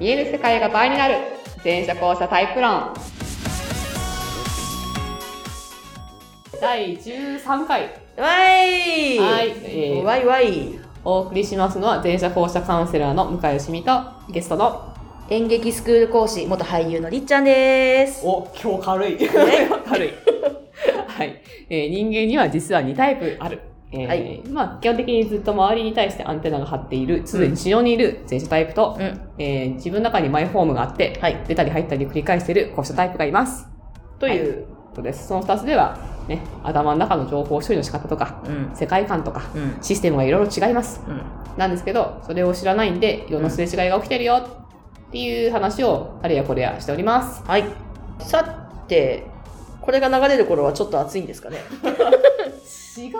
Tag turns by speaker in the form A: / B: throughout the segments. A: 見える世界が倍になる全社交社タイプ論第13回
B: わい
A: はいえー
B: わいわい
A: お送りしますのは全社交社カウンセラーの向井しみとゲストの
B: 演劇スクール講師、元俳優のりっちゃんです。
A: お今日軽い軽い はい、えー人間には実は2タイプあるえー
B: はい
A: まあ、基本的にずっと周りに対してアンテナが張っている常に市場にいる全社タイプと、
B: うん。
A: えー自分の中にマイホームがあって、
B: はい
A: 出たり入ったり繰り返しているこうしたタイプがいます。
B: という。
A: ことです。その2つでは、ね、頭の中の情報処理の仕方とか、
B: うん。
A: 世界観とか、
B: うん。
A: システムがいろいろ違います。
B: うん。
A: なんですけど、それを知らないんで、いろんなすれ違いが起きてるよっていう話を、あれやこれやしております。
B: はい。さて、これが流れる頃はちょっと暑いんですかね。
A: 4月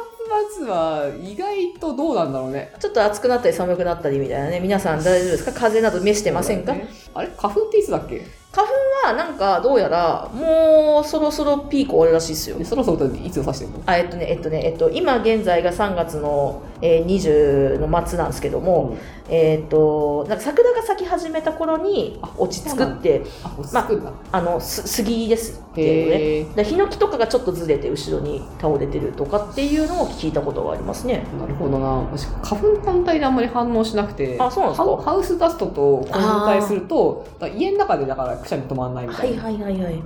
A: 末は意外とどうなんだろうね。
B: ちょっと暑くなったり寒くなったりみたいなね。皆さん大丈夫ですか風邪など召してませんか、
A: あれ花粉っていつだっけ
B: 花粉はなんかどうやらもうそろそろピーク終わるらしいですよ
A: で。そろそろといつを指してるの
B: あ、えっとね、えっとね、えっと、今現在が3月の、えー20の末なんですけども、
A: うん
B: えっと、なんか桜が咲き始めた頃に
A: あ
B: 落ち着くって、
A: あ、落ち着くんだ。
B: あのす杉ですっていうね
A: へえ。
B: でヒノキとかがちょっとずれて後ろに倒れてるとかっていうのを聞いたことがありますね
A: なるほどな私花粉単体であんまり反応しなくて
B: あそうなんですか
A: ハウハウスダストと混在するとだから家の中でだからくしゃみ止まんないみた
B: はいい
A: な、
B: はいはいはい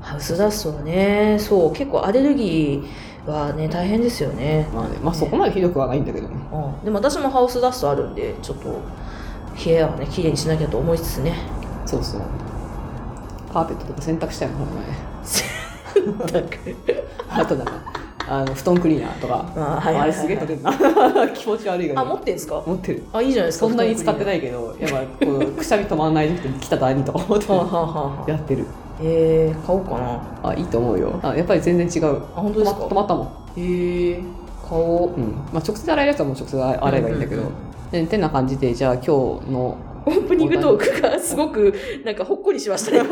B: ハウスダストはねそう結構アレルギーはね大変ですよね、
A: まあねまあ、そこまでひどくはないんだけどね
B: うん、でも私もハウスダストあるんでちょっと部屋をね綺麗にしなきゃと思いつつね
A: そうそうカーペットとか洗濯したいもんねあとなんかあの布団クリーナーとか、
B: あはいは
A: あ
B: いはいはい
A: れすげえ立てるな 気持ち悪いが
B: あ持ってんすか
A: 持ってる
B: あいいじゃないですか
A: そんなに使ってないいけどやっぱこのくしゃみ止まんない時期に来ただにとか思って
B: はあ、はあはあはあ
A: やってる
B: えー、買おうかな
A: あいいと思うよあやっぱり全然違う
B: あ本当
A: 止
B: で
A: ます止
B: か
A: まったもん
B: へえ買おう
A: うんまあ、直接洗えるやつはもう直接洗えばいいんだけど、
B: う
A: で
B: んうん
A: てな感じでじゃあ今日 の
B: オープニングトークがすごく なんかほっこりしました ね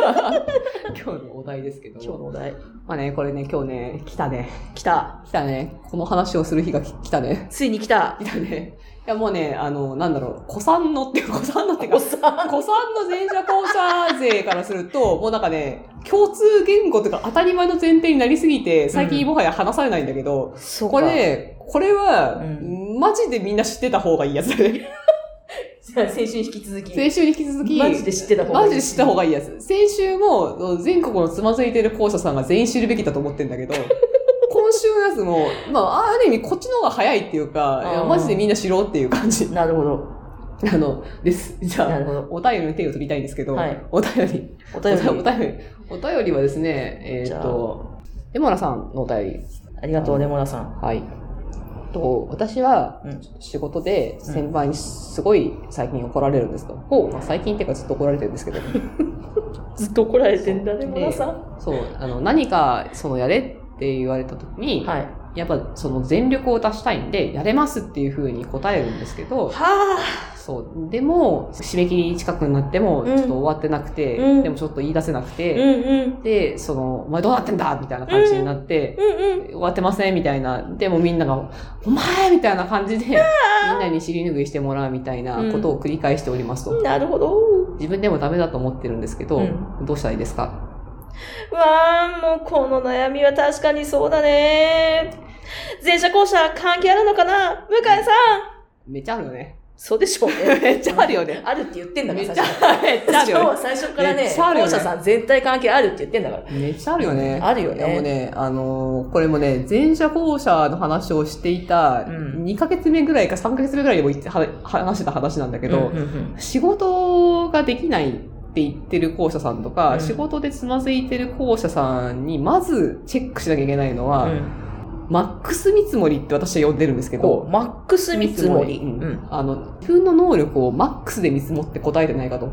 A: 今日のお題ですけど
B: 今日のお題
A: まあねこれね今日ね来たね
B: 来た
A: 来たねこの話をする日がき来たね
B: ついに来た
A: 来たねいやもうねあのなんだろう古参の っていう古参のっていうか
B: おさん
A: 古参の前者後者勢からするともうなんかね共通言語というか当たり前の前提になりすぎて最近もはや話されないんだけど、
B: そ
A: これねこれは、
B: うん
A: マジでみんな知ってた方がいいやつだ ね
B: 先週に引き続き
A: 先週に引き続き
B: マジで知ってた方がいい
A: マジで知った方がいいやつ。先週も、全国のつまずいてる校舎さんが全員知るべきだと思ってんだ けど、今週のやつも、まあ、ある意味こっちの方が早いっていうか、いや
B: あー
A: マジでみんな知ろうっていう感 じ。
B: なるほど
A: あの、です。じゃ
B: な
A: あ、
B: るほど
A: お便りの手を取りたいんですけど、
B: はい
A: お便り。
B: お
A: お
B: 便り
A: 便り。お便りはですね、え
B: じ
A: ー
B: ゃ
A: っ
B: あ
A: と、エモラさんのお便り。
B: ありがとうねモラさん
A: はい。と私は
B: うん
A: 仕事で先輩にすごい最近怒られるんですと。まあ最近っていうかずっと怒られてるんですけど。
B: ずっと怒られてんだね
A: そう
B: モラさん
A: そう、あの、何か、その、やれって言われた時に、
B: はい
A: やっぱ、その、全力を出したいんで、やれますっていう風に答えるんですけど、
B: は
A: そう、でも、締め切り近くになっても、
B: う
A: ちょ
B: ん
A: っと終わってなくて、
B: うん
A: でもちょっと言い出せなく
B: あうん
A: て、
B: うん
A: で、その、お前どうなってんだみたいな感じになって、
B: うんうん
A: 終わってませんみたいな。でもみんなが、お前みたいな感じで、みんなに尻拭いしてもらうみたいなことを繰り返しておりますと。
B: なるほど
A: 自分でもダメだと思ってるんですけど、
B: う
A: どうしたらいいですか
B: わあもうこの悩みは確かにそうだね前者後者関係あるのかな向井さん
A: めっちゃあるよね。
B: そうでしょうね
A: めっちゃあるよね。
B: あるって言ってんだか
A: め
B: ら
A: っち
B: 最初か
A: ゃ、 め
B: ら
A: っちゃあるよね。
B: 最初から
A: め
B: ね
A: っちゃあるよね
B: 後者さん全体関係あるって言ってんだから
A: めっちゃあるよね。
B: あるよね
A: でもね、あのーこれもね、前者後者の話をしていた、
B: うん
A: 2ヶ月目ぐらいか3ヶ月目ぐらいにも言っては話してた話なんだけ
B: け
A: ど、
B: うんうん
A: 仕事ができないって言ってる校舎さんとか、
B: うん
A: 仕事でつまずいてる校舎さんに、まずチェックしなきゃいけないのは、
B: うん
A: マックス見積もりって私は呼んでるんですけ
B: こ
A: ど
B: う、マックス見積も
A: 見
B: り、
A: 積も
B: う
A: りうん
B: ん
A: あの、自分の能力をマックスで見積もって答えてないかと。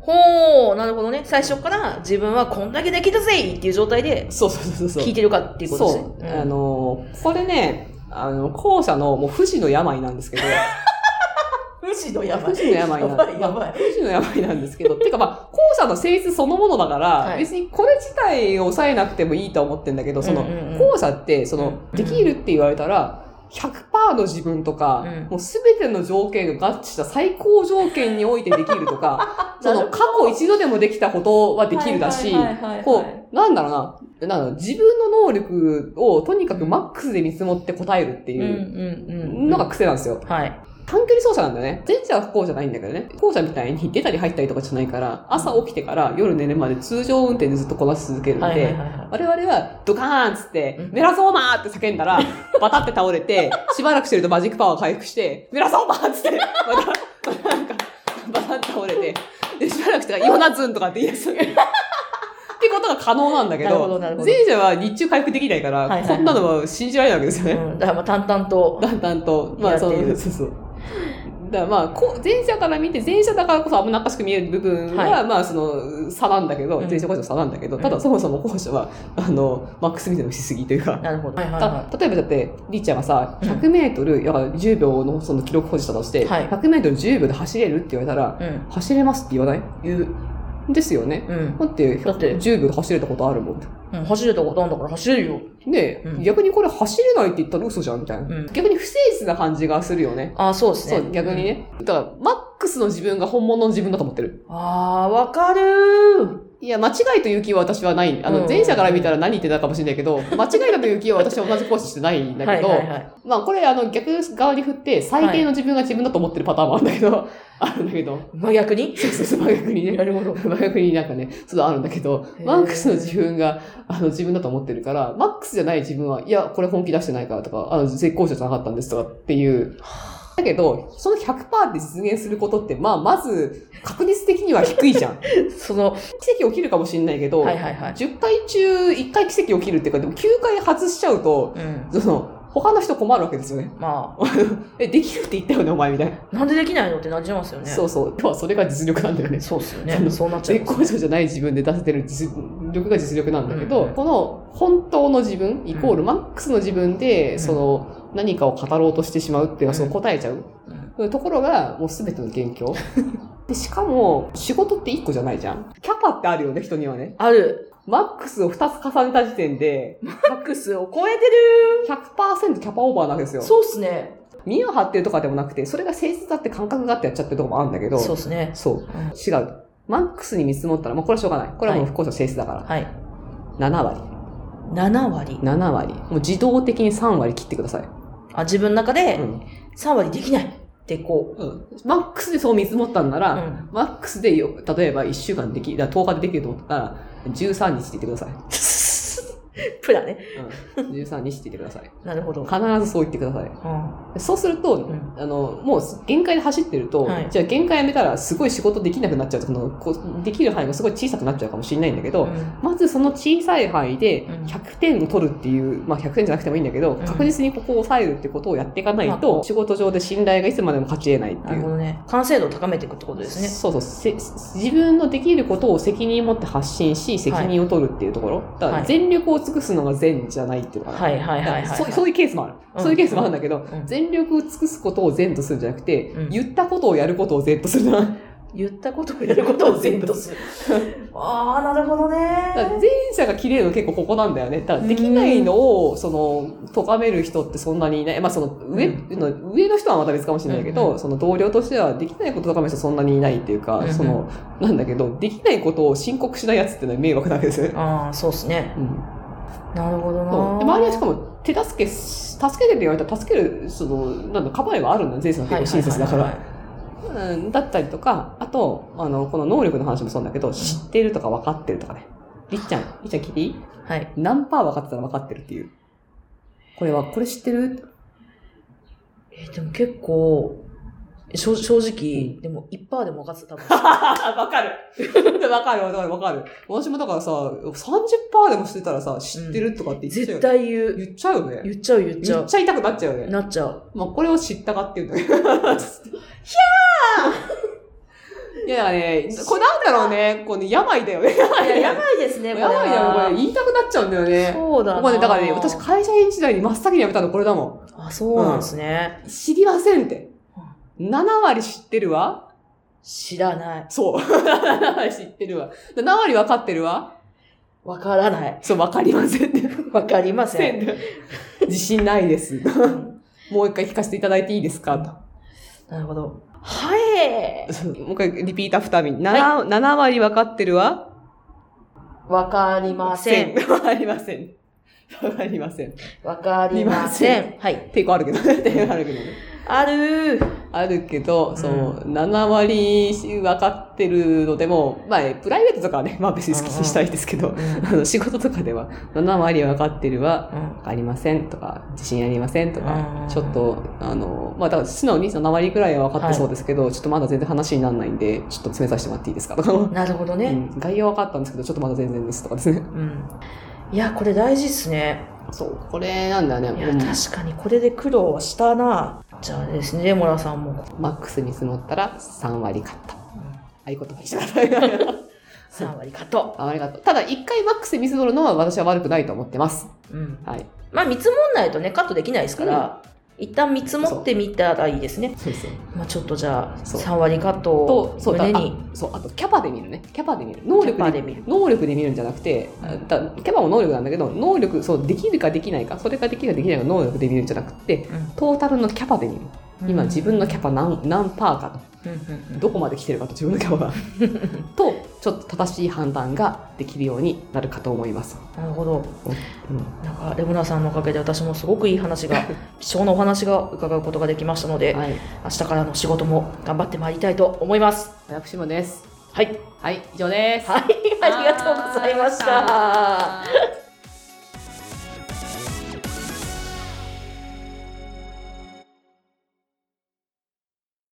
B: ほうなるほどね最初から自分はこんだけできたぜっていう状態で
A: そうそうそうそう
B: 聞い。てるかっていうことですね
A: そう、
B: ん
A: あのーこれねあの後者のもう不治の病なんですけ ど
B: 富士の病
A: 富士の病なん
B: やばいやばい
A: 不治の病なんですけどっていうかまあ後者の性質そのものだから、
B: はい
A: 別にこれ自体を抑えなくてもいいと思ってんだけどその、
B: うんうんうん
A: 後者ってその、
B: うん
A: できるって言われたら100%パパーの自分とか、
B: うん
A: もうすべての条件が合致した最高条件においてできるとか、そ
B: な
A: の
B: るほど
A: 過去一度でもできたことはできるだし、
B: はいはいはいはい
A: こう、なんだろうな、なんだろう自分の能力をとにかくマックスで見積もって答えるって
B: うんう
A: いうん
B: うん。
A: のが、癖なんですよ。
B: はい。
A: 短距離走者なんだよね。前者は不幸じゃないんだけどね。不幸者みたいに出たり入ったりとかじゃないから、朝起きてから夜寝るまで通常運転でずっとこなし続けるんで、
B: はいはいはいはい。
A: 我々はドカーンっつって
B: う、ん
A: メラソーマーって叫んだら、バタって倒れ て、しばらくしてるとマジックパワー回復して、メラソーマーっつって、また、またなんか、バタって倒れて、で、しばらくしてから、イオナズンとかって言い出す。ってことが可能なんだけど、
B: なるほどなるほど
A: 前者は日中回復できないから、
B: いはいはい
A: こんなのは信じられないわけですよね。
B: うん、だからまあ淡々と。
A: だんだんと、まあ、その
B: やっている
A: そうそう。だからまあ、こう前者から見て、前者だからこそ危なっかしく見える部分は、
B: は
A: まあ、その、差なんだけど、
B: うん
A: 前者後者の差なんだけど、た
B: う
A: だ
B: ん
A: そもそも後者は、あの、マックスミスのしすぎというか、
B: なるほど。はいはい
A: た例えばだって、りっちゃんがさ、
B: うん
A: 100メートル、やっぱ10秒のその記録保持者として、
B: はい
A: 100メートル10秒で走れるって言われたら、
B: い。うん。
A: 走れますって言わない
B: 言う。
A: ですよね。
B: うん。
A: だって、
B: だって
A: 10秒で走れたことあるもん。
B: うん、走れたことあんだから走れるよ。
A: で、
B: うん
A: 逆にこれ走れないって言ったら嘘じゃんみたいな。
B: うん
A: 逆に不誠実な感じがするよね。
B: ああ、そうですね。
A: そう、逆にね。だから、マックスの自分が本物の自分だと思ってる。
B: うん。ああ、わかるー。
A: いや、間違いという気は私はない。あの、
B: うん
A: 前者から見たら何言ってたかもしれないけ ど、間違いだという気は私は同じ行使してないんだけど、
B: はいはいはい。
A: まあ、これ、あの、逆側に振って、最低の自分が自分だと思ってるパターンもあるんだけど、あるんだけど、
B: 真逆に
A: そうそうそう、真逆にね。
B: るほ ど。
A: 真逆になんかね、そういうのあるんだけど
B: へ、ー
A: マックスの自分が、あの、自分だと思ってるから、マックスじゃない自分は、いや、これ本気出してないからとか、あの、絶好調じゃなかったんですとかっていう、だけど、その100%で実現することって、まあ、まず、確率的には低いじゃ ん。奇
B: その、
A: 跡起きるかもしれないけど、
B: はいはいはい。
A: 10回中1回奇跡起きるっていうか、でも9回外しちゃうと、
B: うん。
A: その、他の人困るわけですよね。
B: ま
A: え、できるって言ったよね、お前みたいな。
B: あ、なんでできないのってなっちゃいますよね。
A: そうそう。要はそれが実力なんだよね。
B: そうっすよ
A: そ
B: ね。
A: の
B: そうなっちゃい
A: 絶
B: ま
A: 好
B: す。
A: 調じゃない自分で出せてる実力が実力なんだけど、
B: うん
A: この本当の自分、イコールマックスの自分で、
B: うん
A: その、何かを語ろうとしてしまうっていうか、その
B: うん
A: 答えちゃう
B: うん
A: ところがもう全ての元 凶でしかも仕事って1個じゃないじゃんキャパってあるよね人にはね
B: ある。
A: マックスを2つ重ねた時点で
B: マックスを超えてる
A: 100%キャパオーバーなわけですよ
B: そうっすね。
A: 見を張ってるとかでもなくてそれが性質だって感覚があってやっちゃってるとこもあるんだけど
B: そうっすね。
A: そう
B: うん
A: 違うマックスに見積もったら、まあ、これはしょうがないこれはもう不幸者性質だから、
B: はい。
A: 7割
B: 7割。
A: 7割もう自動的に3割切ってください、
B: あ、自分の中で
A: うん
B: 3割できないってこ
A: うん、マックスでそう見積もったんな
B: う。
A: ら、
B: うん。
A: マックスでよ、例えば1週間でき、だから10日でできると思ったら、13日って言ってください。
B: プラね。
A: うん、13日って言ってください。
B: なるほど。
A: 必ずそう言ってください。
B: うん
A: そうすると、
B: うん
A: あの、もう限界で走ってると、
B: はい
A: じゃあ限界やめたらすごい仕事できなくなっちゃうと、そのこうできる範囲がすごい小さくなっちゃうかもしれないんだけど、
B: うん
A: まずその小さい範囲で
B: うん
A: 100点を取るっていう、まあ100点じゃなくてもいいんだけど、
B: ん
A: 確実にここを抑えるってことをやっていかない
B: ま
A: と、
B: あ
A: 仕事上で信頼がいつまでも勝ち得ないって
B: ないる
A: う
B: ほ。どね。完成度を高めていくってことですね。
A: そうそうせ自分のできることを責任を持って発信し責任を取るっていうところ、だから
B: はい
A: 全力を尽くすのが善じゃないっていうのかな、
B: はいはいはいはい
A: だからそうそういうケースもある、
B: うん
A: そういうケースもあるんだけど、
B: ん
A: 全力を尽くすことを善とするんじゃなくて、
B: うん
A: 言ったことをやることを善とするじゃない
B: 言ったことをやることを全部とする。ああ、なるほどね
A: だから前者が綺麗の結構ここなんだよね。だからできないのを、その、咎める人ってそんなにいない。まあその、上、
B: う
A: の上の人はまた別かもしれないけど、
B: うんう
A: その同僚としてはできないことを咎める人そんなにいないっていうか、
B: うんうん
A: その、なんだけど、できないことを申告しないやつってのは迷惑なわけですよね。
B: ああ、そうっすね。
A: うん。
B: なるほどな
A: そうで周りはしかも、手助けし、助けてって言われたら助ける、その、なんだ、かばいはあるんだ、前者の結構親切だから。
B: はいはいはい
A: うん、だったりとか、あと、あの、この能力の話もそうなんだけど、知ってるとか分かってるとかね。りっちゃん、りっちゃん聞いていい
B: はい。はい
A: 何パー分かってたら分かってるっていう。これは、これ知ってる
B: えーでも結構、正正直、でも1%でも分かってた、多分。
A: 分かる。 分かる、分かる、分かる。私もだからさ、30%でもしてたらさ、知ってるとかって言っちゃう
B: 絶
A: よね。
B: 対言う。
A: 言っちゃうよね。
B: 言っちゃう、言っちゃ
A: 言っ
B: う。
A: ちゃいたくなっちゃうよね。
B: なっちゃう。
A: まあ、これを知ったかっていうん だけど。ひゃーいや、だからね、これなんだろうね。この病だよね。
B: いや、やばいですね、
A: や
B: これ
A: ば
B: は。
A: いだよ、これ。言いたくなっちゃうんだよね。
B: そうだな。
A: ここね、だからね、私会社員時代に真っ先に辞めたのこれだもん。
B: あ、そうなんですね。
A: 知りませんって。7割知ってるわ。
B: 知らない。
A: そう。7割 知ってるわ。7割分かってるわ。
B: わからない。
A: そう、分かりませんって。
B: わかりませ
A: せ
B: ん。
A: ん自信ないです。
B: うん
A: もう一回聞かせていただいていいですかと。
C: なるほど。はい。
A: もう一回リピートアフターミー。7, 7割分かってるわ
B: わかりません。
A: わかりません。わかりません。
B: わかりません。はい。
A: 抵抗あるけどね。抵抗あるけどね。
C: ある
A: あるけど、そう、7割分かってるのでも、まあ、プライベートとかはね、まあ別に好きにしたいですけど、あの、仕事とかでは、7割分かってるは、わかりませんとか、自信ありませんと
B: う
A: か
B: ん、
A: ちょっと、あの、まあ、だから素直に7割くらいは分かってそうですけど、ちょっとまだ全然話にならないんで、ちょっと詰めさせてもらっていいですかとか、
B: なるほど
A: う
B: ね。
A: ん概要は分かったんですけど、ちょっとまだ全然ですとかですね。
B: うん。いや、これ大事っすね。
A: そう、これなんだよね。
B: いや、
A: うん
B: 確かにこれで苦労はしたな。じゃあですね、モラさんも
A: マックスに募ったら3割買った。合言葉に したから。
B: 3割カット。
A: あありがとう。ただ、一回マックスでミスドるのは私は悪くないと思ってます。
B: うん。
A: はい。
B: まあ見積もんないとねカットできないですから、一旦見積もってみたらいいですね
A: そうですよ。
B: まあちょっとじゃあ
A: そう
B: 3割カット
A: と
B: を、
A: そうだ
B: 胸
A: あ
B: に
A: そう、あと、キャパで見るね。キャパで見る。能力
B: キャパ
A: で
B: で見る
A: 能力で見るんじゃなくて、あだキャパも能力なんだけど、能力、そう、できるかできないか、それができるかできないか能力で見るんじゃなくて、トータルのキャパで見る。今、自分のキャパ何何パーか
B: うんう
A: と、
B: ん
A: どこまで来てるかと自分のキャ パが。と、ちょっと正しい判断ができるようになるかと思います。
B: なるほど
A: うん
B: なんかレモナさんのおかげで私もすごくいい 話が貴重なお話が伺うことができましたので、
A: はい。
B: 明日からの仕事も頑張ってまいりたいと思います
A: 私もです。
B: はい
A: はい、以上です。
B: はいありがとうございました
A: ありがとうございました